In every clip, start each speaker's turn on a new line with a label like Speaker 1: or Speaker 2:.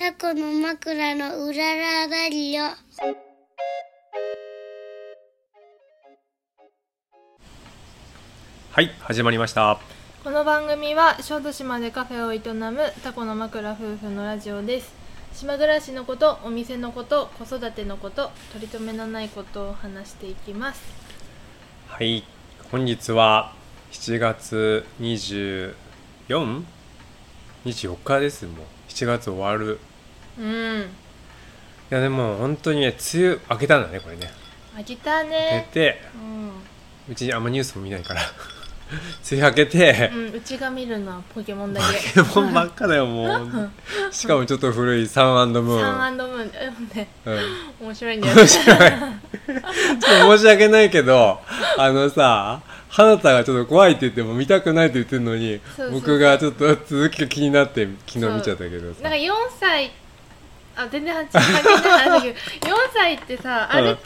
Speaker 1: タコの枕のうららだりよ。
Speaker 2: はい始まりました
Speaker 3: この番組は小豆島でカフェを営むタコの枕夫婦のラジオです島暮らしのことお店のこと子育てのこと取り留めのないことを話していきます
Speaker 2: はい本日は7月 24?24 日ですもう7月終わる
Speaker 3: うん
Speaker 2: いやでも本当にね梅雨明けたんだねこれね
Speaker 3: あきた
Speaker 2: 明け
Speaker 3: ね
Speaker 2: て
Speaker 3: う
Speaker 2: うちあんまニュースも見ないから 梅雨明けて
Speaker 3: ん、うん、うちが見るのはポケモンだ
Speaker 2: ポケモンばっかだよ もうしかもちょっと古いサンム
Speaker 3: けサンア
Speaker 2: ーン
Speaker 3: ンドムーンでもね
Speaker 2: うん
Speaker 3: 面白いんだよね
Speaker 2: ちょっと申し訳ないけど、あのさ、花田がちょっと怖いって言っても見たくないって言ってるのに
Speaker 3: そうそう
Speaker 2: 僕がちょっと続きが気になって昨日見ちゃったけど
Speaker 3: なん
Speaker 2: さ
Speaker 3: か4歳あ全然話関係ない話だけど4歳ってさある程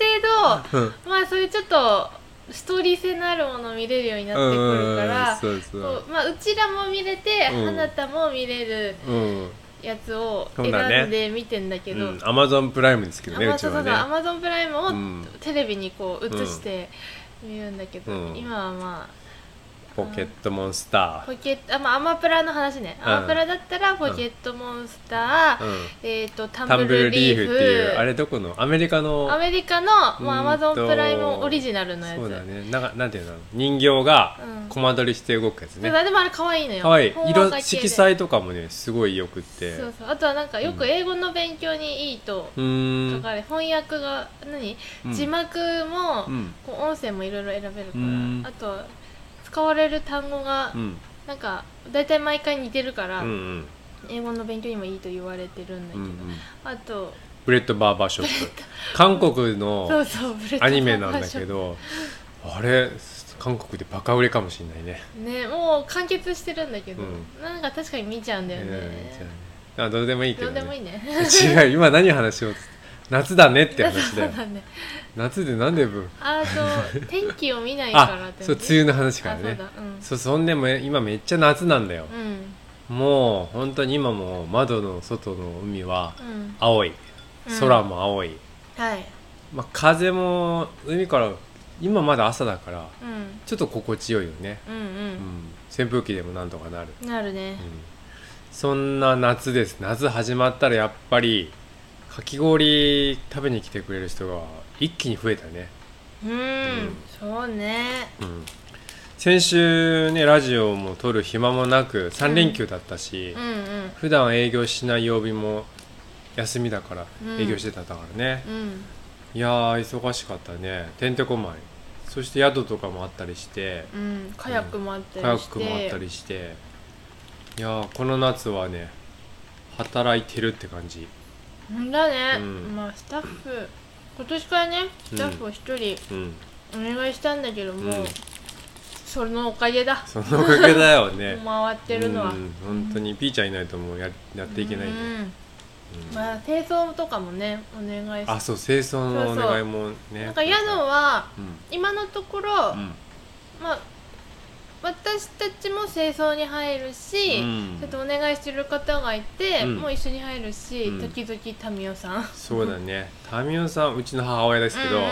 Speaker 3: 度、
Speaker 2: うん
Speaker 3: まあそういうちょっとストーリー性のあるものを見れるようになってくるから、
Speaker 2: うんうんうんそうそう
Speaker 3: こうまあ、うちらも見れて、
Speaker 2: うん
Speaker 3: 花田も見れる
Speaker 2: うん
Speaker 3: やつを
Speaker 2: そうだね
Speaker 3: 選んで見てんだけど、
Speaker 2: アマゾンプライムですけどねうちはね
Speaker 3: アマゾンプライムを
Speaker 2: うん
Speaker 3: テレビにこう映して見るんだけど、
Speaker 2: うん
Speaker 3: 今はま
Speaker 2: ポケットモンスタ
Speaker 3: あポケットあ、まあ、アマプラの話ね、
Speaker 2: うん
Speaker 3: アマプラだったらポケットモンスター、
Speaker 2: ー、うん、
Speaker 3: えっ、とタ
Speaker 2: タ
Speaker 3: ン
Speaker 2: ン
Speaker 3: ブ
Speaker 2: ブル
Speaker 3: ルリ
Speaker 2: リー
Speaker 3: ーフ
Speaker 2: フっていうあれどこのアメリカの
Speaker 3: アメリカのまあア
Speaker 2: うん
Speaker 3: マ
Speaker 2: と
Speaker 3: ゾンプライムオリジナルのやつ
Speaker 2: そうだねなんかなんていうの人形が
Speaker 3: うん
Speaker 2: コマ撮りして動くやつ
Speaker 3: そ
Speaker 2: ね、
Speaker 3: うだでもあれ可愛いのよ
Speaker 2: はい
Speaker 3: ほんわ
Speaker 2: 色
Speaker 3: か系で
Speaker 2: 色彩とかもねすごいよくって
Speaker 3: そうそうあとはなんかよく英語の勉強にいいと
Speaker 2: うー
Speaker 3: 書
Speaker 2: ん
Speaker 3: かれ、翻訳が何、
Speaker 2: うん
Speaker 3: 字幕も、
Speaker 2: うん
Speaker 3: こう音声もいろいろ選べるから、
Speaker 2: うん
Speaker 3: あとは使われる単語が
Speaker 2: うん
Speaker 3: なんか大体毎回似てるから、
Speaker 2: うんうん
Speaker 3: 英語の勉強にもいいと言われてるんだ
Speaker 2: う
Speaker 3: け
Speaker 2: ん
Speaker 3: ど、
Speaker 2: うん
Speaker 3: あと
Speaker 2: ブレッドバーバーショップ韓国
Speaker 3: そ
Speaker 2: の
Speaker 3: うそうブレッド
Speaker 2: アニメなんだ
Speaker 3: ファ
Speaker 2: け
Speaker 3: ッショ
Speaker 2: どあれ韓国でバカ売れかもしれないね
Speaker 3: ンねもう完結してるんだけど、
Speaker 2: う
Speaker 3: なんか確かに見ちゃうんだよね、
Speaker 2: えーじゃあねあどうでもいいけ
Speaker 3: ど
Speaker 2: ど
Speaker 3: うでもいい
Speaker 2: ね
Speaker 3: ね
Speaker 2: 違う今何話しようっつって夏だねって話 だよ
Speaker 3: そうだね
Speaker 2: 夏でなんでぶ
Speaker 3: あと天気を見ないから
Speaker 2: あ
Speaker 3: って
Speaker 2: そう梅雨
Speaker 3: の
Speaker 2: の話からね
Speaker 3: そうだうん
Speaker 2: そうそんでも今めっちゃ夏なんだよ
Speaker 3: うん
Speaker 2: もう本当に今も窓の外の海は
Speaker 3: うん
Speaker 2: 青い
Speaker 3: うん
Speaker 2: 空も青い、
Speaker 3: はい
Speaker 2: まあ、風も海から今まだ朝だから
Speaker 3: うん
Speaker 2: ちょっと心地よいよね、
Speaker 3: うん
Speaker 2: う
Speaker 3: うん
Speaker 2: ん、扇風機でもなんとかなる、
Speaker 3: なるね
Speaker 2: うん、そんな夏です夏始まったらやっぱりかき氷食べに来てくれる人が一気に増えたね、
Speaker 3: うん、そうね
Speaker 2: うん、先週ねラジオも撮る暇もなく3連休だったし、
Speaker 3: うんうん
Speaker 2: 普段営業しない曜日も休みだから
Speaker 3: うん
Speaker 2: 営業してたからね、
Speaker 3: うん
Speaker 2: いやー忙しかったねてんてこまいそして宿とかもあったりして
Speaker 3: うんカヤックもあった
Speaker 2: カヤッ
Speaker 3: りして
Speaker 2: クもあったりしていやーこの夏はね働いてるって感じ
Speaker 3: ほんだね、
Speaker 2: うん
Speaker 3: まあスタッフ今年からねスタッフを一人
Speaker 2: うん
Speaker 3: お願いしたんだけども、
Speaker 2: うん
Speaker 3: そのおかげだ
Speaker 2: そのおかげだよ ね
Speaker 3: 回ってるのは、
Speaker 2: うん本当にピーちゃんいないともうややっていけないね、
Speaker 3: うんまあ清掃とかもねお願いし
Speaker 2: あそう清掃のお願いもね
Speaker 3: なんか宿は
Speaker 2: うん
Speaker 3: 今のところ、
Speaker 2: うん
Speaker 3: まあ私たちも清掃に入るし、
Speaker 2: うん
Speaker 3: ちょっとお願いしてる方がいて、
Speaker 2: うん
Speaker 3: もう一緒に入るし、
Speaker 2: うん
Speaker 3: 時々民生さん
Speaker 2: そうだね民生さんうちの母親ですけど、
Speaker 3: うん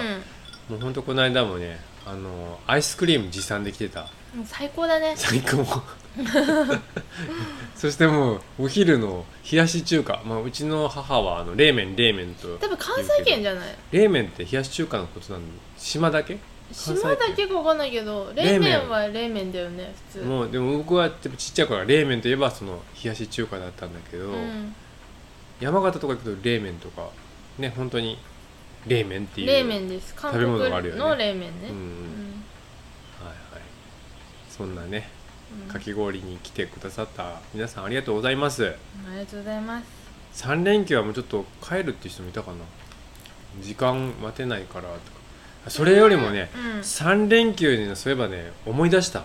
Speaker 2: もうほんとこの間もねあのアイスクリーム持参できてた
Speaker 3: うんもう最高だね
Speaker 2: 最高 そしてもうお昼の冷やし中華、まあ、うちの母はあの冷麺冷麺と
Speaker 3: 多分関西圏じゃない
Speaker 2: 冷麺って冷やし中華のことなの島だけ関西圏
Speaker 3: 島だけかわかんないけど
Speaker 2: 冷
Speaker 3: 冷
Speaker 2: 麺
Speaker 3: 麺は冷麺だよね普通
Speaker 2: もうでも僕はでもちっちゃい頃は冷麺といえばその冷やし中華だったんだけど、
Speaker 3: うん
Speaker 2: 山形とか行くと冷麺とかね本当に冷麺っていう
Speaker 3: 冷麺です韓
Speaker 2: べ
Speaker 3: 国
Speaker 2: 物があるよね
Speaker 3: の冷麺ね
Speaker 2: うん
Speaker 3: うん
Speaker 2: はいはいそんなね
Speaker 3: うん
Speaker 2: かき氷に来てくださった皆さんありがとうございます
Speaker 3: ありがとうございます
Speaker 2: 3連休はもうちょっと帰るっていう人もいたかな時間待てないからとかそれよりもね、
Speaker 3: うん
Speaker 2: 3連休にねそういえばね思い出した
Speaker 3: うん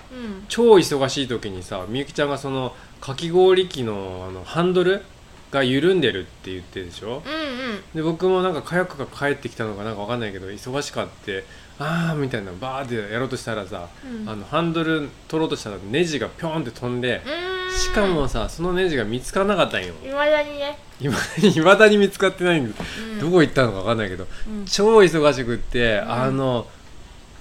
Speaker 2: 超忙しい時にさみゆきちゃんがそのかき氷機のあのハンドルが緩んでるって言ってるでしょ
Speaker 3: うんうん
Speaker 2: で僕もなんかカヤックが帰ってきたのかなんかわかんないけど忙しかってあーみたいなバーってやろうとしたらさ、
Speaker 3: うん
Speaker 2: あのハンドル取ろうとしたらネジがピョンって飛んで、
Speaker 3: うーん
Speaker 2: しかもさそのネジが見つからなかったんよ
Speaker 3: いまだにね、
Speaker 2: いまだに見つかってないんで
Speaker 3: うん、
Speaker 2: どこ行ったのか分かんないけど
Speaker 3: うん
Speaker 2: 超忙しくって、
Speaker 3: うん
Speaker 2: あの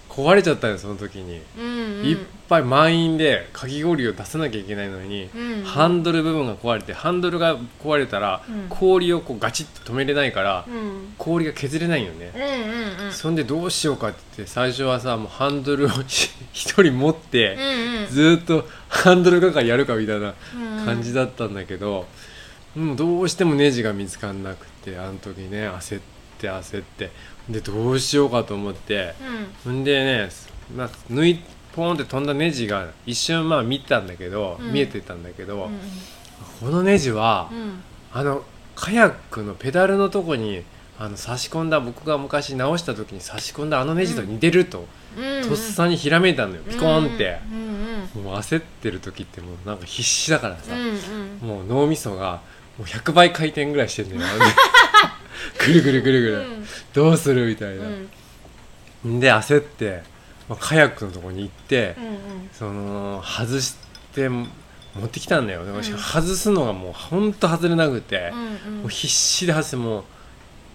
Speaker 2: 壊れちゃったよその時に、
Speaker 3: うんうん
Speaker 2: いっぱい満員でかき氷を出さなきゃいけないのに、
Speaker 3: うん
Speaker 2: ハンドル部分が壊れてハンドルが壊れたら、
Speaker 3: うん
Speaker 2: 氷をこうガチッと止めれないから、
Speaker 3: うんうん
Speaker 2: 氷が削れないよね、
Speaker 3: うんうん
Speaker 2: そんでどうしようかって言って最初はさもうハンドルを 一人持って、
Speaker 3: うんうん
Speaker 2: ずーっとハンドル係やるかみたいな感じ
Speaker 3: だ
Speaker 2: だったんだけど、もうどうしてもネジが見つかんなくてあの時ね焦って焦ってでどうしようかと思って
Speaker 3: うん
Speaker 2: ほんでね、まあ、抜いポーンって飛んだネジが一瞬まあ見たんだけど、
Speaker 3: うん
Speaker 2: 見えてたんだけど、
Speaker 3: うん
Speaker 2: このネジは、
Speaker 3: うん
Speaker 2: あのカヤックのペダルのとこにあの差し込んだ僕が昔直した時に差し込んだあのネジと似てると、
Speaker 3: うんうん
Speaker 2: とっさにひらめいたのよ、ピコーンって、
Speaker 3: うんうん
Speaker 2: もう焦ってる時ってもうなんか必死だからさ、
Speaker 3: うんうん
Speaker 2: もう脳みそがもう100倍回転ぐらいしてん だよぐるぐるぐるぐる、どうするみたい
Speaker 3: うん
Speaker 2: な
Speaker 3: う、ん
Speaker 2: ん、で焦って、まあ、カヤックのとこに行って、
Speaker 3: うん
Speaker 2: その外して持ってきたんだよ、でも
Speaker 3: うん
Speaker 2: しかも外すのがもうほんと外れなくて、
Speaker 3: うん
Speaker 2: もう必死で外しても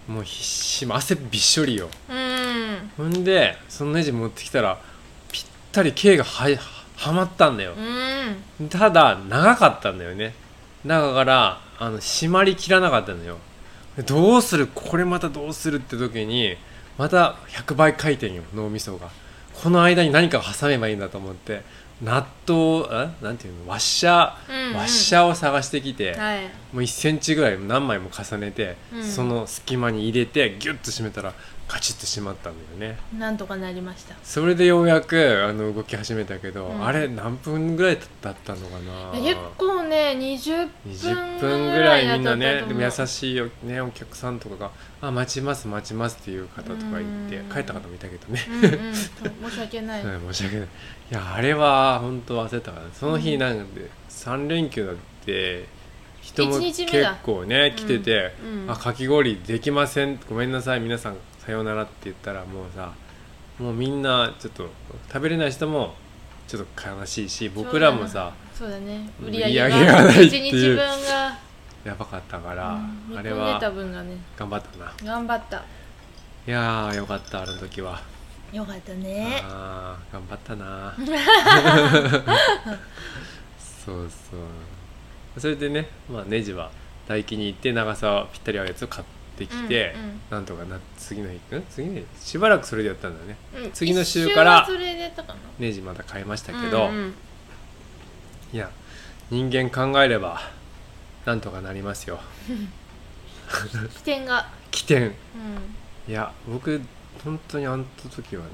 Speaker 2: うもう必死もう汗びっしょりよ
Speaker 3: うん
Speaker 2: ほんでそのネジ持ってきたらぴったり K がははまったんだよ
Speaker 3: う、ん
Speaker 2: ただ長かったんだよねだからあの締まりきらなかったのよでどうするこれまたどうするって時にまた100倍回転よ脳みそがこの間に何かを挟めばいいんだと思って納豆えなんていうのワッシャー、
Speaker 3: うんうん
Speaker 2: ワッシャーを探してきて、
Speaker 3: はい
Speaker 2: もう1センチぐらい何枚も重ねて、
Speaker 3: うん
Speaker 2: その隙間に入れてギュッと締めたらカチッと締まったんだよね
Speaker 3: なんとかなりました
Speaker 2: それでようやくあの動き始めたけど、
Speaker 3: うん
Speaker 2: あれ何分ぐらいだったのかな
Speaker 3: 結構ね20
Speaker 2: 20
Speaker 3: 分
Speaker 2: 分
Speaker 3: ぐ
Speaker 2: ぐ
Speaker 3: ら
Speaker 2: ら
Speaker 3: い
Speaker 2: い
Speaker 3: み
Speaker 2: み
Speaker 3: ん
Speaker 2: ん
Speaker 3: な
Speaker 2: な
Speaker 3: ね
Speaker 2: ねでも優しいよ、ね、お客さんとかが「あ待ちます待ちます」っていう方とか言って
Speaker 3: うん
Speaker 2: 帰った方もいたけどね、
Speaker 3: うんうん申し訳ない
Speaker 2: うん申し訳ないいやあれは本当焦ったからその日なんで3連休だって人も
Speaker 3: 一
Speaker 2: 結
Speaker 3: 日目だ
Speaker 2: 構ね来てて
Speaker 3: うん
Speaker 2: 「
Speaker 3: うん
Speaker 2: あかき氷できませんごめんなさい皆さんさようなら」って言ったらもうさもうみんなちょっと食べれない人もちょっと悲しいし僕らもさ
Speaker 3: そうだね売
Speaker 2: 売
Speaker 3: り
Speaker 2: り
Speaker 3: 上
Speaker 2: 上
Speaker 3: げ
Speaker 2: げ
Speaker 3: が
Speaker 2: が
Speaker 3: 1日分が
Speaker 2: やばかったから、
Speaker 3: うん
Speaker 2: あ
Speaker 3: 見
Speaker 2: れ
Speaker 3: 込んでた
Speaker 2: は
Speaker 3: 分がね
Speaker 2: 頑張ったな。
Speaker 3: 頑張った
Speaker 2: いやーよかったあの時は、
Speaker 3: よかったね
Speaker 2: あー頑張ったな そうそうそれでね、まあ、ネジは唾液に行って長さぴったり合うやつを買ってきて、
Speaker 3: うんうん
Speaker 2: なんとかな次の日ん次の日しばらくそれでやったんだよね
Speaker 3: うん
Speaker 2: 次の週から
Speaker 3: 一週はそれでやったかな
Speaker 2: ネジまた買いましたけど、
Speaker 3: うんうん
Speaker 2: いや人間考えればなんとかなりますよ
Speaker 3: 起点が
Speaker 2: 起点
Speaker 3: うん
Speaker 2: いや僕本当にあの時はね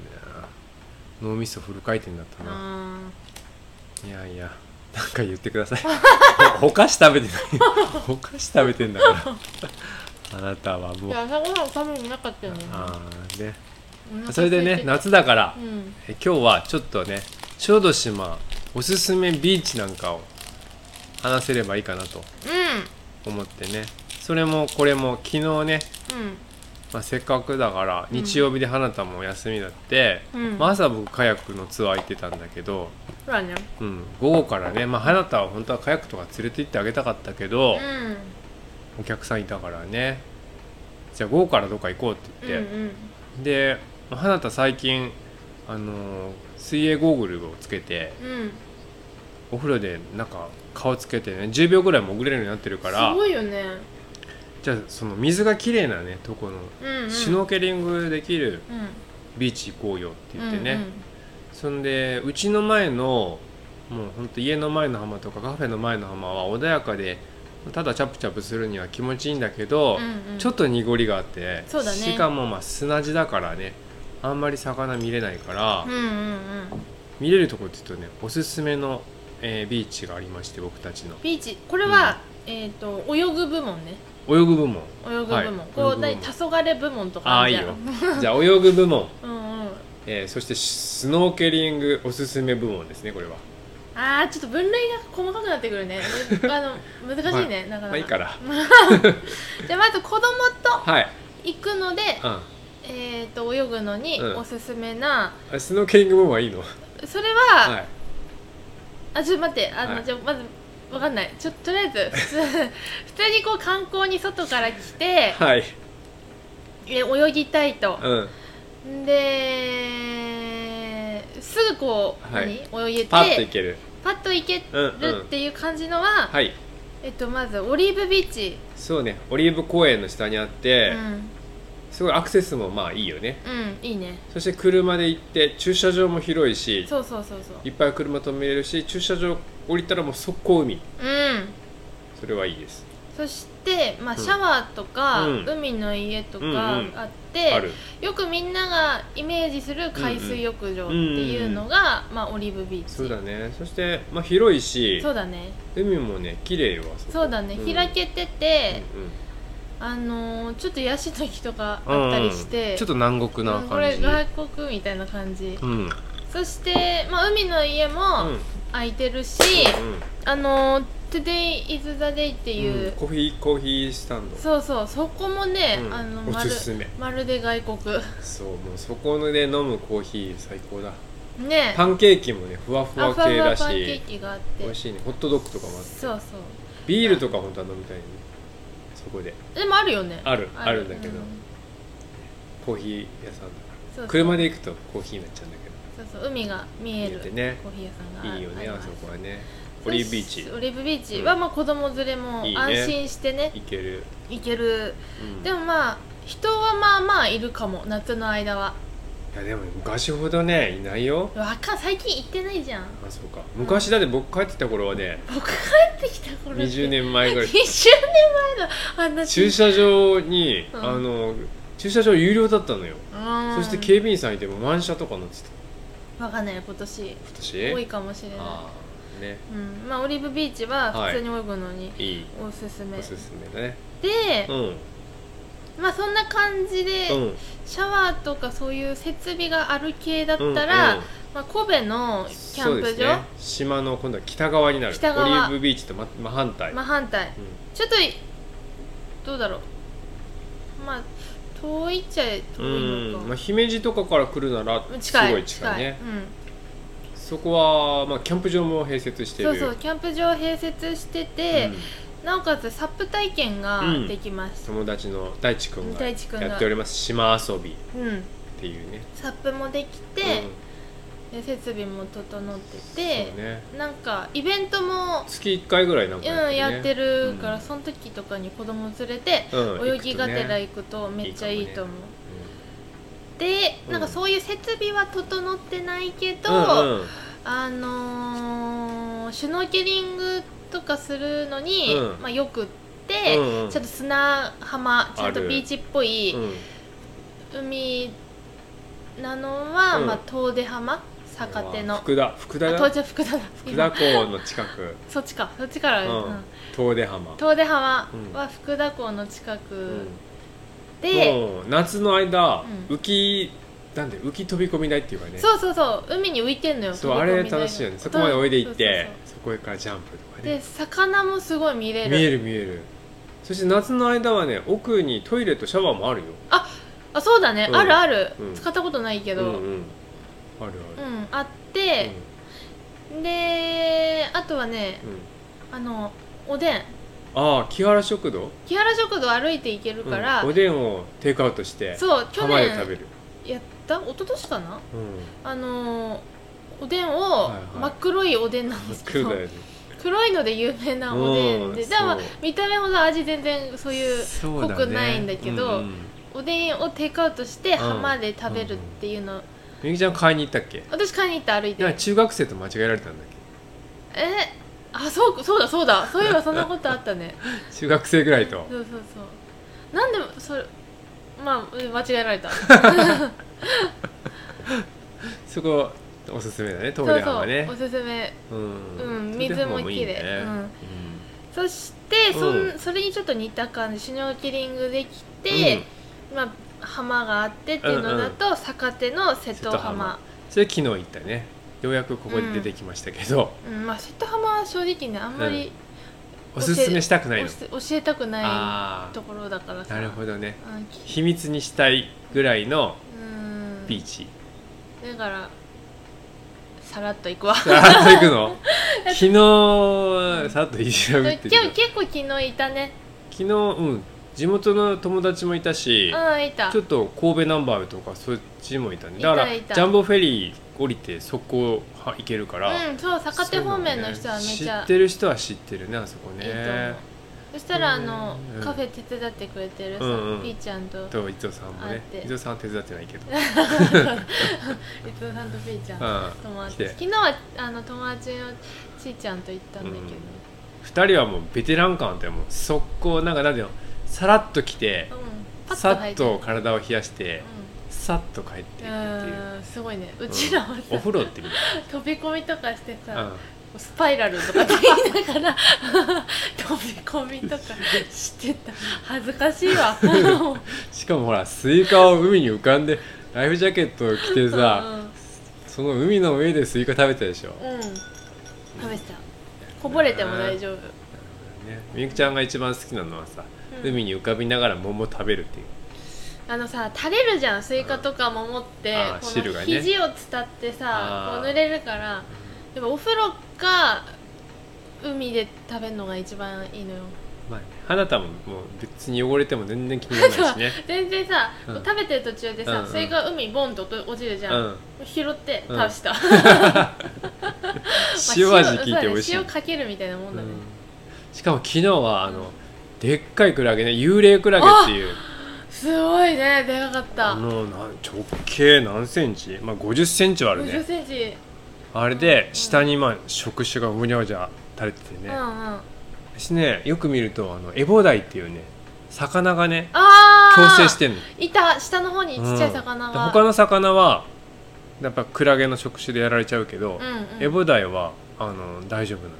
Speaker 2: 脳みそフル回転だったな、
Speaker 3: あ
Speaker 2: いやいや、なんか言ってください。 おお菓子食べてない。お菓子食べてんだ から。あなたはも
Speaker 3: ー
Speaker 2: う
Speaker 3: で。朝ごはん食べになかったよね
Speaker 2: あーね。
Speaker 3: お腹空いてて
Speaker 2: それでね、夏だから
Speaker 3: う、ん
Speaker 2: え今日はちょっとね、小豆島おすすめビーチなんかを話せればいいかなと思ってね。それもこれも昨日ね、まあ、せっかくだから
Speaker 3: うん
Speaker 2: 日曜日で花田も休みだって、
Speaker 3: うんうん
Speaker 2: まあ、朝僕カヤックのツアー行ってたんだけど、
Speaker 3: ほらね
Speaker 2: うん、午後からね、まあ、花田は本当はカヤックとか連れて行ってあげたかったけど、
Speaker 3: うん
Speaker 2: お客さんいたからねじゃあ午後からどっか行こうって
Speaker 3: う
Speaker 2: 言
Speaker 3: んう
Speaker 2: って、
Speaker 3: ん
Speaker 2: で花田最近あのー水泳ゴーグルをつけて
Speaker 3: うん
Speaker 2: お風呂でなんか顔つけてね10秒ぐらい潜れるようになってるから
Speaker 3: すごいよね
Speaker 2: じゃあその水がきれいなねとこの
Speaker 3: うんうん
Speaker 2: シュノーケリングできる
Speaker 3: うん
Speaker 2: ビーチ行こうよって言ってね、
Speaker 3: うん
Speaker 2: そんでうちの前のもうほんと家の前の浜とかカフェの前の浜は穏やかでただチャプチャプするには気持ちいいんだけど、
Speaker 3: うんうん
Speaker 2: ちょっと濁りがあって、
Speaker 3: そうだね
Speaker 2: しかもまあ砂地だからねあんまり魚見れないから、
Speaker 3: うんうんうん
Speaker 2: 見れるとこって言うとねおすすめの、えービーチがありまして僕たちの
Speaker 3: ビーチこれは、えっ、と泳ぐ部門ね
Speaker 2: 泳ぐ部門
Speaker 3: 泳ぐ部門、
Speaker 2: はい
Speaker 3: こ
Speaker 2: 泳ぐ
Speaker 3: う
Speaker 2: 部門
Speaker 3: 何黄昏部門とか
Speaker 2: ああ
Speaker 3: る
Speaker 2: いい
Speaker 3: じゃん
Speaker 2: よじゃあ泳ぐ部門、
Speaker 3: うんうん
Speaker 2: えーそしてスノーケリングおすすめ部門ですねこれは
Speaker 3: あーちょっと分類が細かくなってくるねあの難しいね、なかなか、
Speaker 2: まあいいから
Speaker 3: じゃあまず子供と
Speaker 2: はい、
Speaker 3: 行くので、
Speaker 2: う
Speaker 3: えっ、と泳ぐのに
Speaker 2: うん
Speaker 3: おすすめな、
Speaker 2: ん、スノーケリング部門はいいの
Speaker 3: それは、
Speaker 2: はい
Speaker 3: あちょっと待ってあの、
Speaker 2: はい
Speaker 3: じゃあまずわかんないちょっととりあえ ず普通普通にこう観光に外から来て
Speaker 2: はい
Speaker 3: え泳ぎたいと
Speaker 2: うん
Speaker 3: ですぐこう、
Speaker 2: はい
Speaker 3: 何泳げて
Speaker 2: パッといける
Speaker 3: パッと行けるっていう感じのは、
Speaker 2: はい
Speaker 3: えっと、まずオリーブビーチ、
Speaker 2: そうねオリーブ公園の下にあって、
Speaker 3: うん
Speaker 2: すごいアクセスもまあいいよね
Speaker 3: うんいいね
Speaker 2: そして車で行って駐車場も広いし
Speaker 3: そうそうそうそう
Speaker 2: いっぱい車止めれるし駐車場降りたらもう速攻海
Speaker 3: うん
Speaker 2: それはいいです
Speaker 3: そして、まあ、
Speaker 2: うん
Speaker 3: シャワーとか、
Speaker 2: うん
Speaker 3: 海の家と
Speaker 2: うんうん
Speaker 3: かあって、
Speaker 2: ある
Speaker 3: よくみんながイメージする海水浴場っていうのが、まあ、オリーブビーチ
Speaker 2: そうだねそして、まあ、広いし
Speaker 3: そうだね
Speaker 2: 海もね綺麗よあそこ
Speaker 3: そうだね、
Speaker 2: うん
Speaker 3: 開けてて、あのーちょっとヤシの木とか
Speaker 2: うんうん
Speaker 3: あったりして、
Speaker 2: ちょっと南国な
Speaker 3: うんこ
Speaker 2: 感
Speaker 3: れ
Speaker 2: じ
Speaker 3: 外国みたいな感じ、
Speaker 2: うんうん
Speaker 3: そして、まあ、海の家
Speaker 2: うん
Speaker 3: も空いてるし、あのー「Today is the day」っていう、
Speaker 2: うんコーヒーコーヒースタンド
Speaker 3: そうそうそこもね、
Speaker 2: うん
Speaker 3: あの
Speaker 2: お
Speaker 3: まする
Speaker 2: すめ
Speaker 3: まるで外国
Speaker 2: そうもうそこで飲むコーヒー最高だ
Speaker 3: ね
Speaker 2: パンケーキもねふわふ
Speaker 3: ア
Speaker 2: わ
Speaker 3: ファ
Speaker 2: 系
Speaker 3: ー
Speaker 2: だ
Speaker 3: パンケー
Speaker 2: し
Speaker 3: キがあっ
Speaker 2: 美
Speaker 3: て
Speaker 2: 味しいねホットドッグとかもあって
Speaker 3: そうそう
Speaker 2: ビールとか本当は飲みたいねそこで
Speaker 3: でもあるよね
Speaker 2: あるあるんだけど
Speaker 3: う
Speaker 2: コーヒー屋さんだか
Speaker 3: そうそう
Speaker 2: ら車で行くとコーヒーになっちゃうんだけ
Speaker 3: そうそう海が見え
Speaker 2: 見
Speaker 3: る
Speaker 2: えてね
Speaker 3: コーヒー屋さん
Speaker 2: ど
Speaker 3: が
Speaker 2: いいよね
Speaker 3: り
Speaker 2: あ
Speaker 3: ます
Speaker 2: そこはねオリーブビーチ
Speaker 3: そうオリーブビーチはまあ子供連れも
Speaker 2: いいね
Speaker 3: 安心してね
Speaker 2: 行ける、
Speaker 3: 行ける
Speaker 2: うん
Speaker 3: でもまあ人はまあまあいるかも夏の間はい
Speaker 2: やでも昔ほどねいないよ
Speaker 3: わかん最近行ってないじゃん
Speaker 2: あそうか昔だって僕帰ってきた頃はね
Speaker 3: 僕帰ってきた頃って
Speaker 2: 20年前ぐら
Speaker 3: 20
Speaker 2: い
Speaker 3: 年前の話
Speaker 2: 駐車場に、
Speaker 3: うん
Speaker 2: あの駐車場有料だったのよ、
Speaker 3: うん
Speaker 2: そして警備員さんいても満車とかなってた
Speaker 3: わかんない今年
Speaker 2: 今
Speaker 3: 多い
Speaker 2: 年
Speaker 3: かもしれな
Speaker 2: ああね
Speaker 3: い、うん、まあオリーブビーチは普通に泳ぐのに
Speaker 2: いい
Speaker 3: おすすめ、
Speaker 2: おすすめだね
Speaker 3: で
Speaker 2: う、ん
Speaker 3: まあそんな感じで、
Speaker 2: うん
Speaker 3: シャワーとかそういう設備がある系だっ
Speaker 2: うん
Speaker 3: たら、
Speaker 2: うん
Speaker 3: まあ、神戸のキャ
Speaker 2: そう
Speaker 3: ン
Speaker 2: で
Speaker 3: プ
Speaker 2: す
Speaker 3: 場、
Speaker 2: ね島の今度は北側になる
Speaker 3: 北側
Speaker 2: オリーブビーチと真真反対、
Speaker 3: まあ反対
Speaker 2: うん
Speaker 3: ちょっといどうだろうまあ遠いっちゃ
Speaker 2: う
Speaker 3: 遠いの
Speaker 2: ん
Speaker 3: か、
Speaker 2: まあ、姫路とかから来るならす
Speaker 3: 近い
Speaker 2: ごい近いね
Speaker 3: 近いうん
Speaker 2: そこは、まあ、キャンプ場も併設してる
Speaker 3: そうそうキャンプ場併設してて、なおかつサップ体験ができます
Speaker 2: う、ん友達の大地君が
Speaker 3: 大地君が
Speaker 2: やっております島遊びっ
Speaker 3: うん
Speaker 2: ていうね
Speaker 3: サップもできて、で設備も整って
Speaker 2: うん
Speaker 3: て
Speaker 2: そう、ね、
Speaker 3: なんかイベントも、
Speaker 2: 月1回ぐらいなん
Speaker 3: うん
Speaker 2: かやって,、ね
Speaker 3: やってるから、
Speaker 2: うん
Speaker 3: その時とかに子供連れて、
Speaker 2: うん
Speaker 3: 泳ぎがてら
Speaker 2: 行く
Speaker 3: 行くとめっちゃいいと思う
Speaker 2: と
Speaker 3: でなんか
Speaker 2: うん
Speaker 3: そういう設備は整ってないけど、
Speaker 2: ねうんうん
Speaker 3: あのー、シュノーケリングとかするのに、
Speaker 2: うん
Speaker 3: まあ、よくって、
Speaker 2: うんうん
Speaker 3: ちょっと砂浜ちょっと
Speaker 2: ある
Speaker 3: ビーチっぽい
Speaker 2: うん
Speaker 3: 海なのは、
Speaker 2: うん
Speaker 3: まあ、遠出浜坂手のあ
Speaker 2: 福田福田
Speaker 3: 遠
Speaker 2: だ
Speaker 3: 出福田だ
Speaker 2: 福田
Speaker 3: 今
Speaker 2: 港の近く、
Speaker 3: そっちかそっちから、
Speaker 2: う
Speaker 3: うん
Speaker 2: ん、遠出浜
Speaker 3: 遠出浜は福田港の近くで、
Speaker 2: もう夏の間、
Speaker 3: うん
Speaker 2: 浮きなんで浮き飛び込み台っていうかね
Speaker 3: そうそうそう海に浮いてんのよ
Speaker 2: そう
Speaker 3: 飛
Speaker 2: あ
Speaker 3: び込
Speaker 2: れ
Speaker 3: み台が
Speaker 2: 楽しいよねそこまで泳いでいって
Speaker 3: そうそう
Speaker 2: そこへからジャンプとか
Speaker 3: そう
Speaker 2: ね
Speaker 3: で魚もすごい見れる
Speaker 2: 見える見えるそして夏の間はね奥にトイレとシャワーもあるよ
Speaker 3: あそうだね、
Speaker 2: うん
Speaker 3: あるある、
Speaker 2: うん
Speaker 3: 使ったことないけ
Speaker 2: う
Speaker 3: どうんん、
Speaker 2: うんあるある
Speaker 3: あって、であとはね
Speaker 2: うんうん
Speaker 3: あのおでん
Speaker 2: ああ清原食堂
Speaker 3: 木原食堂歩いて行けるから、
Speaker 2: うんおでんをテイクアウトして
Speaker 3: そう去
Speaker 2: 浜で食べ
Speaker 3: 年
Speaker 2: る、
Speaker 3: やった一昨年かな
Speaker 2: うん、
Speaker 3: あのーおでんを、
Speaker 2: いはい
Speaker 3: 真っ黒いおでんなんですけ
Speaker 2: 食う
Speaker 3: ど
Speaker 2: だよね
Speaker 3: 黒いので有名なおでんで、
Speaker 2: うん
Speaker 3: でも
Speaker 2: そう
Speaker 3: 見た目ほど味全然そういう
Speaker 2: そうだね
Speaker 3: 濃くないんだけど
Speaker 2: うんうん
Speaker 3: おでんをテイクアウトして浜で食べるっていうの、
Speaker 2: みゆきちゃん買いに行ったっけ
Speaker 3: 私買いに行った歩いて
Speaker 2: なんか中学生と間違えられたんだっけ
Speaker 3: えあそうそうだそうだそういえばそんなことあっ たね
Speaker 2: 中学生ぐらいと
Speaker 3: そうそうそうなんでそれまあうん間違えられた
Speaker 2: そこおすすめだね
Speaker 3: そ
Speaker 2: 遠
Speaker 3: う
Speaker 2: 出
Speaker 3: そ
Speaker 2: 浜
Speaker 3: う、
Speaker 2: ね
Speaker 3: おすすめ
Speaker 2: うん
Speaker 3: うん水も綺麗うんそしてそ,、
Speaker 2: うん
Speaker 3: ん、それにちょっと似た感じシュノーケリングできて、まあ浜があってっていうのだと、坂手の瀬戸
Speaker 2: 瀬戸
Speaker 3: 浜
Speaker 2: 浜それ昨日行ったねようやくここで出てきましたけど、
Speaker 3: うんまあ瀬戸浜は正直ねあんまり
Speaker 2: おすすめしたくない
Speaker 3: お
Speaker 2: の
Speaker 3: し、教えたくな
Speaker 2: あ
Speaker 3: いところだから
Speaker 2: あなるほ
Speaker 3: ど、
Speaker 2: どね
Speaker 3: うんき
Speaker 2: 秘密にしたいぐらいの
Speaker 3: うん、
Speaker 2: ビーチ、
Speaker 3: だからさらっと行くわ
Speaker 2: あ ーっと行くの昨日さっといじらぶ
Speaker 3: 今
Speaker 2: っ
Speaker 3: 日
Speaker 2: てた昨
Speaker 3: 結構昨日いたね
Speaker 2: 日うん地元の友達もいたし
Speaker 3: うんいた
Speaker 2: ちょっと神戸ナンバーとかそっちもいたねだから
Speaker 3: いたいた
Speaker 2: ジャンボフェリー降りてそこは行けるから、
Speaker 3: うんそう坂手方面の人はめ
Speaker 2: そう
Speaker 3: ち
Speaker 2: だね知
Speaker 3: ゃ
Speaker 2: っ、てる人は知ってるねあそこね
Speaker 3: いいと思うそしたらあの、
Speaker 2: うん
Speaker 3: カフェ手伝ってくれてるさ、
Speaker 2: うんうん
Speaker 3: ピーちゃんと伊
Speaker 2: と伊藤さんもね
Speaker 3: 会って
Speaker 2: 伊藤さんは手伝ってないけど
Speaker 3: 藤さんとピーちゃん
Speaker 2: うん
Speaker 3: 友
Speaker 2: 来
Speaker 3: 達
Speaker 2: て
Speaker 3: 昨日はあの友達のちーちゃんと行ったんだけど、
Speaker 2: 2人はもうベテラン感あってもう速攻なんかなんていうのさらっと来て
Speaker 3: うん、
Speaker 2: さ
Speaker 3: 入
Speaker 2: っ
Speaker 3: って
Speaker 2: と体を冷やしてさっと帰っていくって
Speaker 3: う
Speaker 2: い
Speaker 3: ん、
Speaker 2: う、
Speaker 3: うんすごいねうちらはさ、
Speaker 2: お風呂ってみ
Speaker 3: 飛び込みとかして
Speaker 2: たい、う
Speaker 3: さ
Speaker 2: ん、
Speaker 3: スパイラルとかって言いながら飛び込みとかしてた恥ずかし いわ
Speaker 2: しかもほらスイカを海に浮かんでライフジャケットを着てさ、その海の上でスイカ食べたでしょ、
Speaker 3: うん、うん、食べてたこぼれても大丈夫、
Speaker 2: ね、みゆきちゃんが一番好きなのはさ、
Speaker 3: うん
Speaker 2: 海に浮かびながら桃食べるっていう
Speaker 3: あのさ垂れるじゃんスイカとか桃って
Speaker 2: あー
Speaker 3: こ
Speaker 2: 汁が
Speaker 3: の
Speaker 2: ね
Speaker 3: 肘を伝ってさ
Speaker 2: あー
Speaker 3: こう濡れるからでもお風呂か海で食べるのが一番いいのよ
Speaker 2: まあ、ね、花田ももう別に汚れても全然気にならないしね
Speaker 3: 全然さ、
Speaker 2: うん
Speaker 3: 食べてる途中で
Speaker 2: うん
Speaker 3: さ、
Speaker 2: うん
Speaker 3: スイカ海ボンと落ちるじ
Speaker 2: う
Speaker 3: ゃん、
Speaker 2: ん
Speaker 3: 拾って
Speaker 2: うん
Speaker 3: 倒した、
Speaker 2: 塩味効いて美味しい、
Speaker 3: そうだね塩かけるみたいなもんだね、
Speaker 2: うんしかも昨日はあのでっかいクラゲね幽霊クラゲっていう
Speaker 3: すごいねでかかった、
Speaker 2: あのなん直径何センチ、まあ、5 0センチはある
Speaker 3: 5
Speaker 2: ね
Speaker 3: 0センチ、
Speaker 2: あれで下にまあ触手がむにゃむにゃ垂れてて
Speaker 3: う
Speaker 2: ね、
Speaker 3: んうんあ
Speaker 2: 私ねよく見るとあのエボダイっていうね魚がね
Speaker 3: あー
Speaker 2: 共生してんの
Speaker 3: いた下の方にちっちゃい魚が、
Speaker 2: うん他の魚はやっぱクラゲの触手でやられちゃうけど、
Speaker 3: うんうん
Speaker 2: エボダイはあの大丈夫なのよ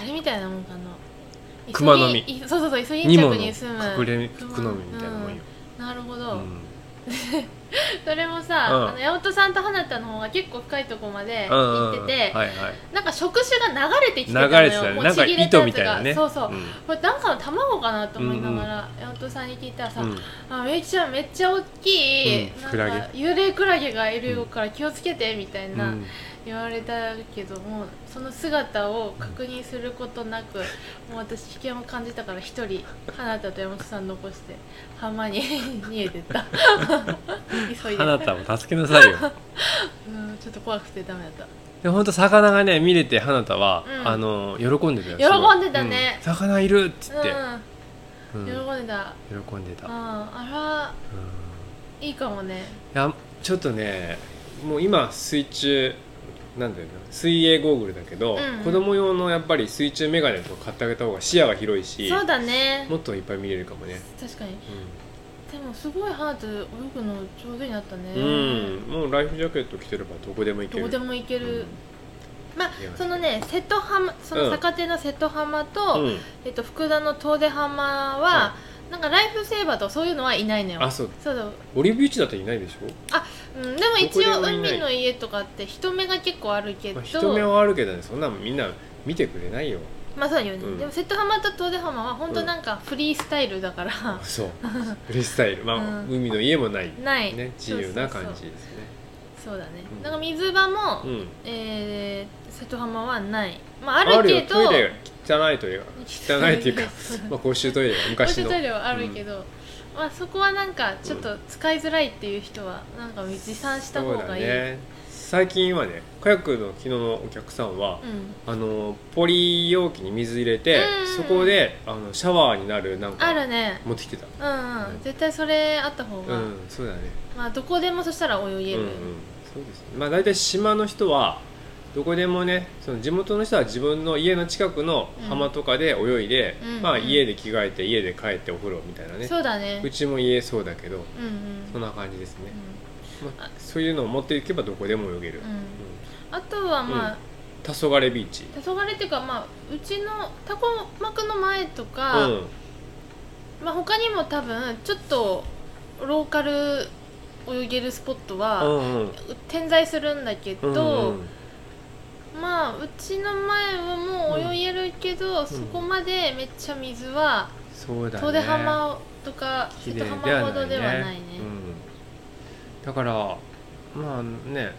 Speaker 3: あれみたいなもんかな
Speaker 2: 熊の実
Speaker 3: イソギンそうそうそうイソギン
Speaker 2: ニ
Speaker 3: チャ
Speaker 2: モ
Speaker 3: ク
Speaker 2: の
Speaker 3: に住む
Speaker 2: 隠れクノミみたいなもんよ、
Speaker 3: うんなるほ
Speaker 2: う
Speaker 3: ど、
Speaker 2: ん
Speaker 3: それもさ、
Speaker 2: うん
Speaker 3: あの八乙さんと花田の方が結構深いとこまで
Speaker 2: うん
Speaker 3: 行ってて、
Speaker 2: はいはい、
Speaker 3: なんか触手が流れてきて
Speaker 2: 流
Speaker 3: たのよ
Speaker 2: れてたね
Speaker 3: もう
Speaker 2: なんか
Speaker 3: ちぎれた
Speaker 2: 糸
Speaker 3: やつ
Speaker 2: みたいなね
Speaker 3: そうそう、
Speaker 2: ん
Speaker 3: これなんかの卵かなと思いながら、八乙さんに聞いたらさ、
Speaker 2: うん
Speaker 3: あみゆきちゃんめっちゃ大きい、
Speaker 2: うん
Speaker 3: なん
Speaker 2: クラゲ
Speaker 3: か幽霊クラゲがいるから気をつけてみたいな、
Speaker 2: うん
Speaker 3: 言われたけどもその姿を確認することなくもう私危険を感じたから一人花田と山本さん残して浜に 逃げてった 急いで、う
Speaker 2: 花田を助けなさいよ
Speaker 3: ん、ちょっと怖くてダメだった
Speaker 2: で本当魚がね見れて花田は、
Speaker 3: うん
Speaker 2: あの喜んでたよすごい
Speaker 3: 喜んでたね
Speaker 2: うん魚いるっつって、う
Speaker 3: うんん喜んでた
Speaker 2: 喜んでた、
Speaker 3: うん
Speaker 2: うん
Speaker 3: あらいいかもね
Speaker 2: いやちょっとねもう今水中なんだよな水泳ゴーグルだけど、
Speaker 3: うん
Speaker 2: 子供用のやっぱり水中メガネとか買ってあげた方が視野が広いし
Speaker 3: そうだね
Speaker 2: もっといっぱい見れるかもね、
Speaker 3: 確かに
Speaker 2: う
Speaker 3: でもすごい花田泳ぐの上手になったね
Speaker 2: んうんもうライフジャケット着てればどこでも行け
Speaker 3: ど
Speaker 2: る
Speaker 3: こでもいける、
Speaker 2: うん
Speaker 3: まあ
Speaker 2: いや
Speaker 3: そのね瀬戸浜その坂手の瀬戸浜と、
Speaker 2: うん、
Speaker 3: えっと、福田の遠出浜は、なんかライフセーバーとかそういうのはいないのよ
Speaker 2: あそう
Speaker 3: そうだ、
Speaker 2: オリビューチだっていないでしょ、
Speaker 3: うん、でも一応
Speaker 2: どこでもいない
Speaker 3: 海の家とかって人目が結構あるけど
Speaker 2: まあ、人目はあるけどねそんなのみんな見てくれないよ
Speaker 3: まあそうだよね、
Speaker 2: うん
Speaker 3: でも瀬戸浜と遠出浜は本当なんかフリースタイルだから、
Speaker 2: そうフリースタイルまあ、
Speaker 3: うん
Speaker 2: 海の家もない、
Speaker 3: ない、
Speaker 2: ね、自由な感
Speaker 3: そう
Speaker 2: じですね
Speaker 3: そうそうそうだね、
Speaker 2: うん
Speaker 3: なんか水場も、
Speaker 2: うん
Speaker 3: えー瀬戸浜はないまああるけど
Speaker 2: よトイレが汚いというか汚いっていうか まあ公衆トイレが
Speaker 3: 公
Speaker 2: 昔
Speaker 3: 衆
Speaker 2: の
Speaker 3: トイレはあるけど、まあそこはなんかちょっと使いづらいっていう人はなんか持参した方がいい
Speaker 2: そうだね最近はねカヤックの昨日のお客さんは
Speaker 3: う、ん
Speaker 2: あのポリ容器に水入れて、そ
Speaker 3: うん
Speaker 2: こであのシャワーになるなん
Speaker 3: あ
Speaker 2: か
Speaker 3: るね
Speaker 2: 持ってきてた
Speaker 3: うんう
Speaker 2: うんん
Speaker 3: 絶対それあった方
Speaker 2: う
Speaker 3: が、
Speaker 2: んそうだね
Speaker 3: まあどこでもそしたら泳げ
Speaker 2: うん
Speaker 3: る、
Speaker 2: うんそうですねまあ大体島の人はどこでもねその地元の人は自分の家の近くの浜とかで泳いで、
Speaker 3: うん
Speaker 2: まあ、
Speaker 3: うん
Speaker 2: 家で着替えて家で帰ってお風呂みたいなね
Speaker 3: そうだね
Speaker 2: うちも家そうだけど
Speaker 3: うんうん
Speaker 2: そんな感じですね、ま
Speaker 3: あ
Speaker 2: あ、そういうのを持っていけばどこでも泳げる、
Speaker 3: う
Speaker 2: うんん
Speaker 3: うんあとはまあ、
Speaker 2: 黄昏ビーチ
Speaker 3: 黄昏っていうかまあうちのタコ幕の前と
Speaker 2: う
Speaker 3: か、
Speaker 2: ん
Speaker 3: まあ他にも多分ちょっとローカル泳げるスポット
Speaker 2: う
Speaker 3: は
Speaker 2: んうん
Speaker 3: 点在するんだけど、
Speaker 2: うんうん
Speaker 3: まあうちの前はもう泳げるけど、そこまでめっちゃ水は
Speaker 2: そうだね
Speaker 3: 遠出浜とか
Speaker 2: 綺
Speaker 3: 瀬
Speaker 2: 麗
Speaker 3: 戸
Speaker 2: では
Speaker 3: 浜ほ
Speaker 2: な
Speaker 3: ど
Speaker 2: い
Speaker 3: ではないね
Speaker 2: うんだからまあね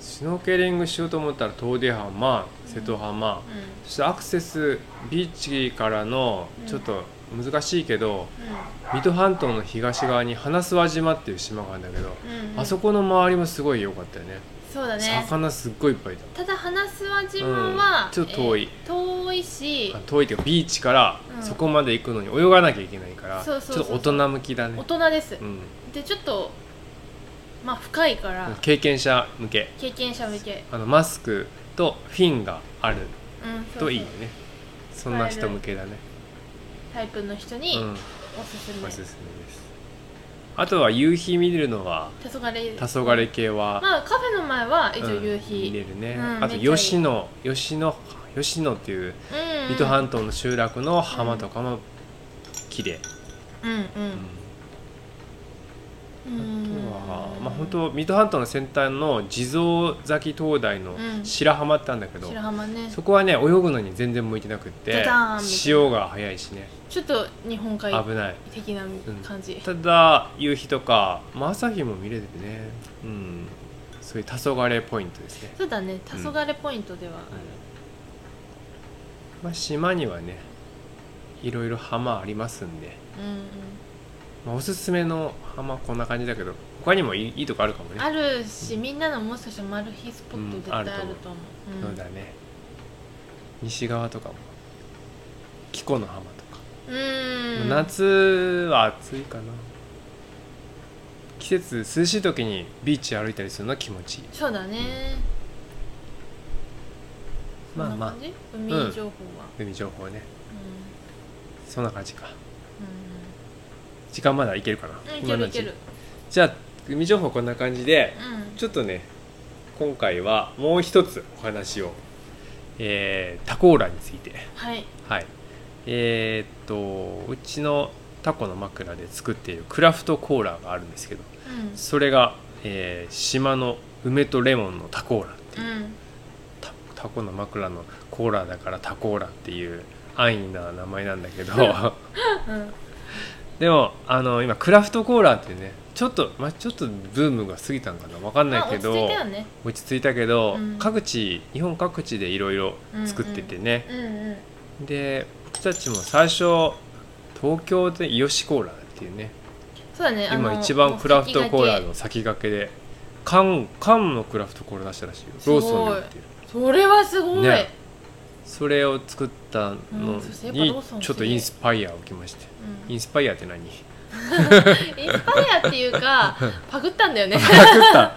Speaker 2: シュノーケリングしようと思ったら遠出浜瀬戸浜、
Speaker 3: う
Speaker 2: そしてアクセスビーチからのちょっと難しいけど、水戸半島の東側に花諏訪島っていう島があるんだけど、
Speaker 3: んうんうん
Speaker 2: あそこの周りもすごい良かったよね
Speaker 3: そうだね
Speaker 2: 魚すっごいいっぱいいた
Speaker 3: ただ花諏訪島は、
Speaker 2: うんちょっと遠い
Speaker 3: えー遠いし
Speaker 2: あ遠いっていうかビーチから
Speaker 3: うん
Speaker 2: そこまで行くのに泳がなきゃいけないから、
Speaker 3: そうそうそう
Speaker 2: ちょっと大人向きだね
Speaker 3: 大人です、
Speaker 2: うん、
Speaker 3: でちょっとまあ深いから、
Speaker 2: 経験者向け
Speaker 3: 経験者向け、
Speaker 2: あのマスクとフィンがある
Speaker 3: うん、そうそ
Speaker 2: と
Speaker 3: う
Speaker 2: いいよねそんな人向けだね、
Speaker 3: タイプの人に
Speaker 2: うん、
Speaker 3: おすすめ、
Speaker 2: おすすめですあとは夕日見れるのは
Speaker 3: 黄昏
Speaker 2: 黄昏系は、
Speaker 3: まあカフェの前は一応
Speaker 2: うん
Speaker 3: 夕日、
Speaker 2: 見れるね、
Speaker 3: うん
Speaker 2: あと
Speaker 3: めっちゃいい
Speaker 2: 吉野吉野吉野っていう
Speaker 3: うんうん
Speaker 2: 水戸半島の集落の浜とかも綺麗、
Speaker 3: うんう
Speaker 2: うん
Speaker 3: んうん
Speaker 2: あとはまあ本当水戸半島の先端の地蔵崎灯台の
Speaker 3: うん
Speaker 2: 白浜ってあるんだけど、
Speaker 3: 白浜ね
Speaker 2: そこはね泳ぐのに全然向いてなくって
Speaker 3: ダダーンみたいな
Speaker 2: 潮が速いしね
Speaker 3: ちょっと日本海
Speaker 2: 危ない
Speaker 3: 的な感じ、
Speaker 2: ただ夕日とか、まあ、朝日も見れててねうんそういう黄昏ポイントですね、
Speaker 3: そうだね黄昏ポイントではある、
Speaker 2: まあ、島にはねいろいろ浜ありますんで、
Speaker 3: うんうん
Speaker 2: まあ、おすすめの浜こんな感じだけど他にもいいいいとこあるかもね
Speaker 3: あるしみんなのもしかしたらマル秘スポット絶対あると思う,、うん
Speaker 2: そうだね西側とかも紀子の浜とか、
Speaker 3: うん
Speaker 2: 夏は暑いかな季節涼しい時にビーチ歩いたりするのは気持ちいい
Speaker 3: そうだね、
Speaker 2: まあ
Speaker 3: そんな感じ海情報は、
Speaker 2: 海情報ね
Speaker 3: う
Speaker 2: そんな感じか
Speaker 3: ん
Speaker 2: 時間まだいけるかな、
Speaker 3: うんうん、いけ
Speaker 2: 今の
Speaker 3: るいう
Speaker 2: ち
Speaker 3: ける
Speaker 2: じゃあ海情報こんな感じで
Speaker 3: うん
Speaker 2: ちょっとね今回はもう一つお話を、えー、タコーラについて
Speaker 3: はい
Speaker 2: はいえーっとうちのタコの枕で作っているクラフトコーラがあるんですけど
Speaker 3: う
Speaker 2: それが、えー島の梅とレモンのタコーラってい
Speaker 3: ん
Speaker 2: う、
Speaker 3: うん
Speaker 2: タタコの枕のコーラだからタコーラっていう安易な名前なんだけど
Speaker 3: うん
Speaker 2: でもあの今クラフトコーラってねちょっと、まあ、ちょっとブームが過ぎたんかなわかん
Speaker 3: ま
Speaker 2: な
Speaker 3: あ
Speaker 2: いけ
Speaker 3: 落ち
Speaker 2: ど
Speaker 3: 着いたよね
Speaker 2: 落ち着いたけど、
Speaker 3: うん
Speaker 2: 各地日本各地でいろいろ作っててね、
Speaker 3: うんうん
Speaker 2: で僕たちも最初東京でイヨシコーラっていうね
Speaker 3: そうだねあの
Speaker 2: 今一番クラフトコーラの先駆けで缶缶のクラフトコーラ出したらしいよ
Speaker 3: す
Speaker 2: ロ
Speaker 3: ご
Speaker 2: ー
Speaker 3: い
Speaker 2: ソンで売ってる
Speaker 3: それはすごい、
Speaker 2: ねそれを作った
Speaker 3: う
Speaker 2: の
Speaker 3: んそしてやっぱ
Speaker 2: に
Speaker 3: ローソン
Speaker 2: ちょっとインスパイアを受けまして
Speaker 3: うん
Speaker 2: イ
Speaker 3: イン
Speaker 2: ンスパイアって 何
Speaker 3: スパイアっていう かパクったんだよね
Speaker 2: パクった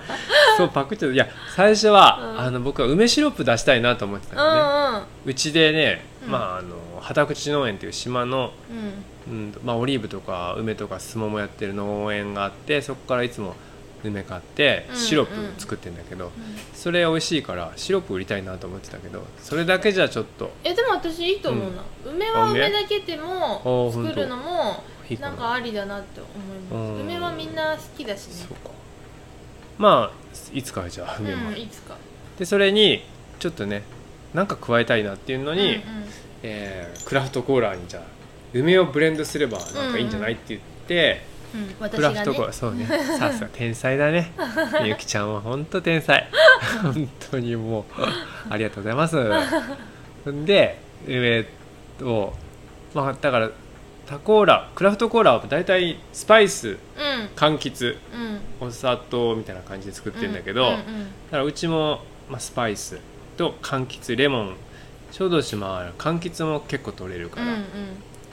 Speaker 2: そうパクっていや最初は、
Speaker 3: うん
Speaker 2: あの僕は梅シロップ出したいなと思ってた
Speaker 3: うんんう
Speaker 2: だね
Speaker 3: ん
Speaker 2: うちでね、
Speaker 3: うん
Speaker 2: まああの畑口農園っていう島の
Speaker 3: う
Speaker 2: う
Speaker 3: ん
Speaker 2: んまあ、オリーブとか梅とかスモもやってる農園があってそこからいつも梅買って
Speaker 3: うん
Speaker 2: シロップ作ってんだけど、それ美味しいからシロップ売りたいなと思ってたけどそれだけじゃちょっと
Speaker 3: えでも私いいと思うな、梅
Speaker 2: あ
Speaker 3: は
Speaker 2: 梅
Speaker 3: 梅だけで
Speaker 2: ほ
Speaker 3: も
Speaker 2: んと
Speaker 3: 作るのも
Speaker 2: いいか
Speaker 3: な
Speaker 2: なん
Speaker 3: かありだなって思いま
Speaker 2: う
Speaker 3: す、
Speaker 2: ん
Speaker 3: 梅はみんな好きだしね
Speaker 2: そうかまあいつかじゃあ梅も、
Speaker 3: うんいつか
Speaker 2: でそれにちょっとねなんか加えたいなっていうのに、
Speaker 3: うんうん
Speaker 2: えークラフトコーラにじゃあ梅をブレンドすればなんかいいんじゃないって言って、
Speaker 3: うん、
Speaker 2: ク
Speaker 3: 私
Speaker 2: ラ
Speaker 3: が
Speaker 2: フ
Speaker 3: ね
Speaker 2: トコーラそう ねさすが天才だねみゆきちゃんは本当天才本当にもうありがとうございますんでえーっとまあだからタコーラクラフトコーラは大体スパイス柑橘
Speaker 3: うんうん
Speaker 2: お砂糖みたいな感じで作ってるんだけど、
Speaker 3: うんう
Speaker 2: だ
Speaker 3: んうん
Speaker 2: からうちも、まあ、スパイスと柑橘レモン小豆島は柑橘も結構取れるから、
Speaker 3: うんうん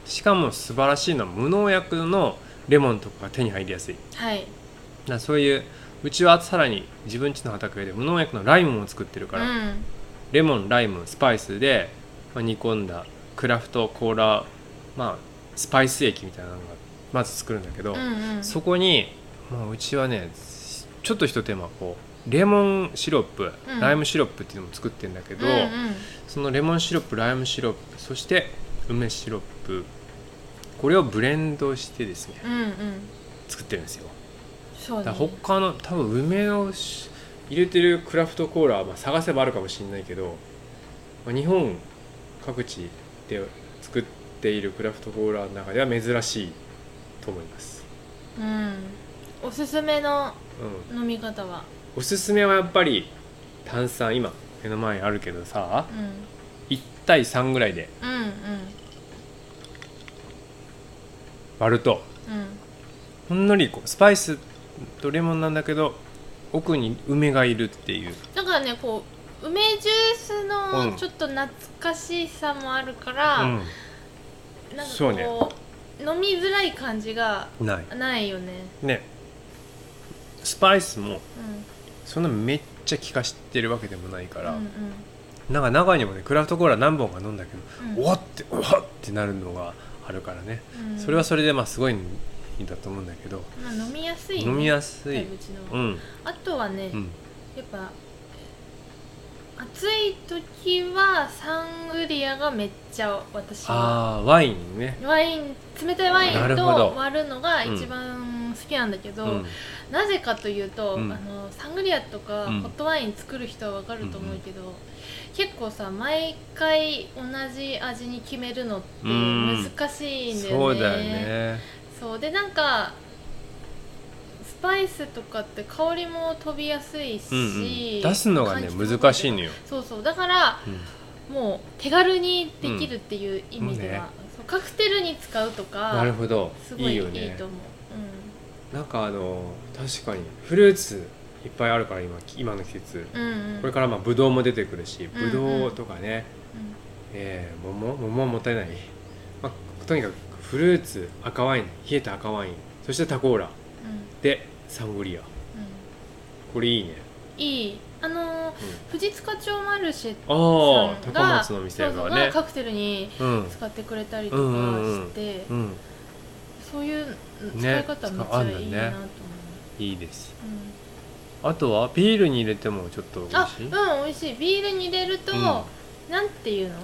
Speaker 2: しかも素晴らしいのは無農薬のレモンとかが手に入りやすい
Speaker 3: はい
Speaker 2: だからそういううちはさらに自分家の畑で無農薬のライムも作ってるから、
Speaker 3: うん
Speaker 2: レモンライムスパイスで、まあ、煮込んだクラフトコーラ、まあ、スパイス液みたいなのがまず作るんだけど、
Speaker 3: うんうん
Speaker 2: そこに、まあ、うちはねちょっとひと手間こうレモンシロップ、
Speaker 3: うん
Speaker 2: ライムシロップっていうのも作ってるんだけど、
Speaker 3: うんうん
Speaker 2: そのレモンシロップライムシロップそして梅シロップこれをブレンドしてですね
Speaker 3: うんうん
Speaker 2: 作ってるんですよ。
Speaker 3: そう
Speaker 2: だ
Speaker 3: だ
Speaker 2: から
Speaker 3: ね
Speaker 2: 他の多分梅をし入れてるクラフトコーラは、まあ、探せばあるかもしれないけど、まあ、日本各地で作っているクラフトコーラの中では珍しいと思います、
Speaker 3: うんおすすめの
Speaker 2: うん、
Speaker 3: 飲み方は
Speaker 2: おすすめはやっぱり炭酸今目の前にあるけどさ
Speaker 3: うん
Speaker 2: 1対3ぐらいで
Speaker 3: うん
Speaker 2: 割ると
Speaker 3: うん
Speaker 2: ほんのりこうスパイスとレモンなんだけど奥に梅がいるっていう
Speaker 3: だからねこう梅ジュース
Speaker 2: う
Speaker 3: の
Speaker 2: ん
Speaker 3: ちょっと懐かしさもあるから、なんか
Speaker 2: そうね
Speaker 3: こう飲みづらい感じが
Speaker 2: うんない
Speaker 3: ないよね
Speaker 2: ねスパイスも
Speaker 3: うん
Speaker 2: そんなめっちゃ効かしてるわけでもないから、
Speaker 3: うん
Speaker 2: なんか長いにもねクラフトコーラ何本か飲んだけど、
Speaker 3: うん
Speaker 2: おわっておわってなるのがあるからね、
Speaker 3: うんうん
Speaker 2: それはそれでまあすごいんだと思うんだけど、
Speaker 3: まあ飲みやすいね、
Speaker 2: 飲みやすい
Speaker 3: タイプうちのは
Speaker 2: うん
Speaker 3: あとはね、
Speaker 2: うん
Speaker 3: やっぱ暑い時はサングリアがめっちゃ私は
Speaker 2: ああワインね
Speaker 3: ワイン冷たいワイ
Speaker 2: なる
Speaker 3: ン
Speaker 2: ほど
Speaker 3: と割るのが一番好きなんだけ
Speaker 2: う
Speaker 3: ど、
Speaker 2: ん
Speaker 3: なぜかというと、
Speaker 2: うん
Speaker 3: あのサングリアとか
Speaker 2: うん
Speaker 3: ホットワイン作る人はわかると思うけど、結構さ毎回同じ味に決めるのって
Speaker 2: うん
Speaker 3: 難しいんだよね。
Speaker 2: そうだよね
Speaker 3: そうでなんかスパイスとかって香りも飛びやすいし、
Speaker 2: うんうん出すのがね
Speaker 3: 柑橘
Speaker 2: 難しいのよ、
Speaker 3: そうそうだから
Speaker 2: うん
Speaker 3: もう手軽にできるっていう意味では、
Speaker 2: うん
Speaker 3: そうカクテルに使うとか
Speaker 2: なるほど
Speaker 3: すご
Speaker 2: い
Speaker 3: い
Speaker 2: い
Speaker 3: いい
Speaker 2: よ
Speaker 3: と思う
Speaker 2: ね
Speaker 3: う
Speaker 2: なんかあの確かにフルーツいっぱいあるから今今の季節
Speaker 3: んうんうん
Speaker 2: これからまあブドウも出てくるし
Speaker 3: うんう
Speaker 2: ブ
Speaker 3: ん
Speaker 2: ドウとかね、えー、桃桃はもったいない、まあ、とにかくフルーツ赤ワイン冷えた赤ワインそしてタコーラ
Speaker 3: うんうんうん
Speaker 2: でサングリアこれいいね、
Speaker 3: いいあのー富士塚町マルシェ
Speaker 2: うん、ああ
Speaker 3: さん
Speaker 2: 高
Speaker 3: が
Speaker 2: 松の店
Speaker 3: そうそ
Speaker 2: が
Speaker 3: うが
Speaker 2: ね
Speaker 3: カクテルに
Speaker 2: うん
Speaker 3: 使ってくれたりとか
Speaker 2: うんうんうん
Speaker 3: して、
Speaker 2: うん
Speaker 3: そういう使
Speaker 2: ね
Speaker 3: い方めっちゃいいなと思う、
Speaker 2: いいです
Speaker 3: うん
Speaker 2: あとはビールに入れてもちょっと美味
Speaker 3: あ
Speaker 2: し
Speaker 3: う
Speaker 2: い
Speaker 3: ん美味しいビールに入れると、
Speaker 2: うん
Speaker 3: なんていうの、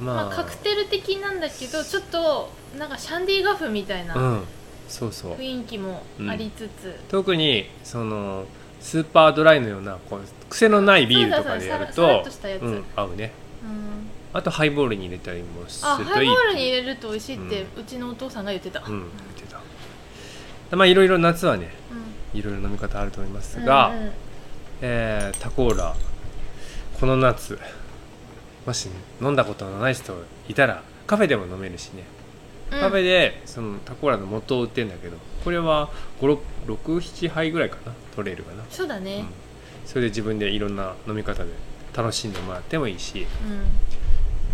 Speaker 3: まあ、カクテル的なんだけどちょっとなんかシャンディガフみたいな
Speaker 2: うんそうそう
Speaker 3: 雰囲気もありつつ、
Speaker 2: 特にそのスーパードライのようなこう癖のないビールとかでやる
Speaker 3: そうだそうださらさらっ
Speaker 2: と
Speaker 3: としたやつ
Speaker 2: うん、合うね
Speaker 3: うん
Speaker 2: あとハイボールに入れたりもす
Speaker 3: あ
Speaker 2: る
Speaker 3: ハ
Speaker 2: と
Speaker 3: イ
Speaker 2: いい
Speaker 3: ボール
Speaker 2: って
Speaker 3: に
Speaker 2: いう
Speaker 3: 入れると美味しいって、
Speaker 2: う
Speaker 3: うちのお父さんが言ってた、
Speaker 2: うん、言ってた。まあいろいろ夏はね、
Speaker 3: う
Speaker 2: いろいろ飲み方あると思います
Speaker 3: ん
Speaker 2: が、
Speaker 3: うんうん
Speaker 2: えータコーラこの夏もし、飲んだことのない人いたらカフェでも飲めるしね、カフェでそのタコーラの元を売ってんだけどこれは67杯ぐらいかな取れるかな、
Speaker 3: そうだ
Speaker 2: うん
Speaker 3: ね、
Speaker 2: それで自分でいろんな飲み方で楽しんでもらってもいいし
Speaker 3: うん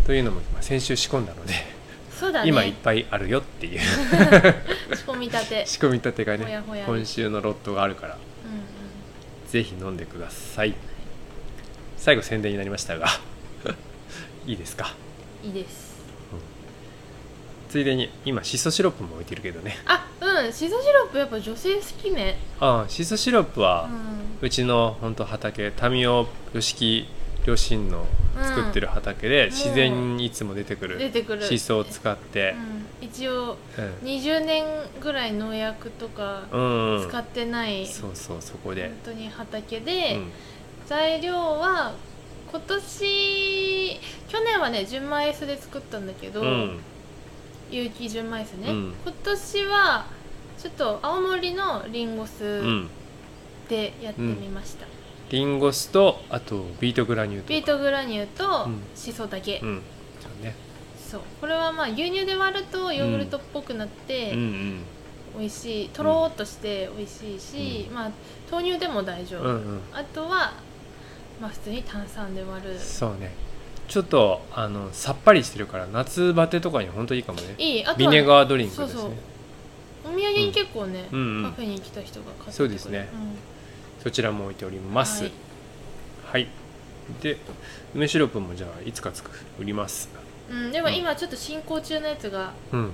Speaker 2: というのもまあ先週仕込んだので、
Speaker 3: そうだね
Speaker 2: 今いっぱいあるよっていう
Speaker 3: 仕込みた て、
Speaker 2: 仕込み立てがね
Speaker 3: ほやほや
Speaker 2: 今週のロットがあるから
Speaker 3: うんうん
Speaker 2: ぜひ飲んでください最後宣伝になりましたが いいですか
Speaker 3: いいです
Speaker 2: ついでに今シソシロップも置いてるけどね
Speaker 3: あうんシソシロップやっぱ女性好きね
Speaker 2: ああシソシロップ
Speaker 3: う
Speaker 2: は
Speaker 3: ん
Speaker 2: うちの本当畑民生吉木両親の作ってる畑で
Speaker 3: ん
Speaker 2: 自然にいつも出てく
Speaker 3: 出
Speaker 2: る
Speaker 3: てくる
Speaker 2: シソを使って
Speaker 3: うん、一応
Speaker 2: うん
Speaker 3: 20年ぐらい農薬とか
Speaker 2: うんうん
Speaker 3: 使ってない、
Speaker 2: そうそうそこで
Speaker 3: 本当に畑
Speaker 2: う
Speaker 3: で、
Speaker 2: ん
Speaker 3: 材料は今年去年はね純米酢で作ったんだけど、
Speaker 2: うん
Speaker 3: 有機純米酢ね、
Speaker 2: うん
Speaker 3: 今年はちょっと青森のリンゴ
Speaker 2: う
Speaker 3: 酢
Speaker 2: ん
Speaker 3: でやってみました、
Speaker 2: リンゴ酢とあとビートグラニュー糖
Speaker 3: ビートグラニューと
Speaker 2: うん
Speaker 3: シソだけ、
Speaker 2: うんそうね
Speaker 3: そうこれはまあ牛乳で割るとヨーグルトっぽくなっ
Speaker 2: う
Speaker 3: て、
Speaker 2: んうん
Speaker 3: 美味しいとろーっとして美味しいし、
Speaker 2: う
Speaker 3: まあ豆乳でも大丈夫、
Speaker 2: うんうん
Speaker 3: あとはまあ普通に炭酸で割る
Speaker 2: そうねちょっとあのさっぱりしてるから夏バテとかに本当いいかもね
Speaker 3: いいあと
Speaker 2: ビ
Speaker 3: はね、
Speaker 2: ネガードリンクですね
Speaker 3: そ
Speaker 2: そう
Speaker 3: そうお土産に結構ね、
Speaker 2: うんうんうん
Speaker 3: カフェに来た人が買ってくる
Speaker 2: そうですねちらも置いており
Speaker 3: うん
Speaker 2: ますは
Speaker 3: はい
Speaker 2: い、で梅シロップもじゃあいつかつく売ります
Speaker 3: うん、でも
Speaker 2: うん
Speaker 3: 今ちょっと進行中のやつが
Speaker 2: うん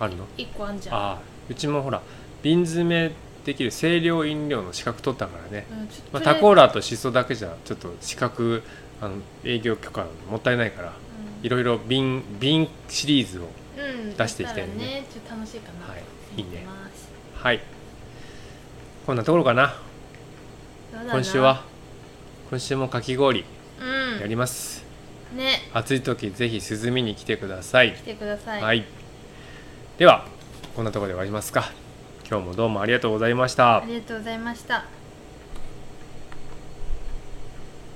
Speaker 2: あるの
Speaker 3: 一個あんじゃん
Speaker 2: ああうちもほら瓶詰めできる清涼飲料の資格取ったからね、
Speaker 3: うん、ちょっと
Speaker 2: まあ、
Speaker 3: とりあえ
Speaker 2: タ
Speaker 3: ず
Speaker 2: コーラとシソだけじゃちょっと資格あの営業許可もったいないからいろいろ瓶瓶シリーズを
Speaker 3: うんうん、
Speaker 2: 出していきたいね
Speaker 3: だらねちょっと楽しいかなと
Speaker 2: はい
Speaker 3: 思ってます
Speaker 2: はいこんなところかな
Speaker 3: どうだろうな
Speaker 2: 今週は今週もかき氷
Speaker 3: うん
Speaker 2: やります、
Speaker 3: ね
Speaker 2: 暑い時ぜひ涼みに来てください
Speaker 3: 来てくださ、
Speaker 2: はいい、ではこんなところで終わりますか今日もどうもありがとうございました
Speaker 3: ありがとうございました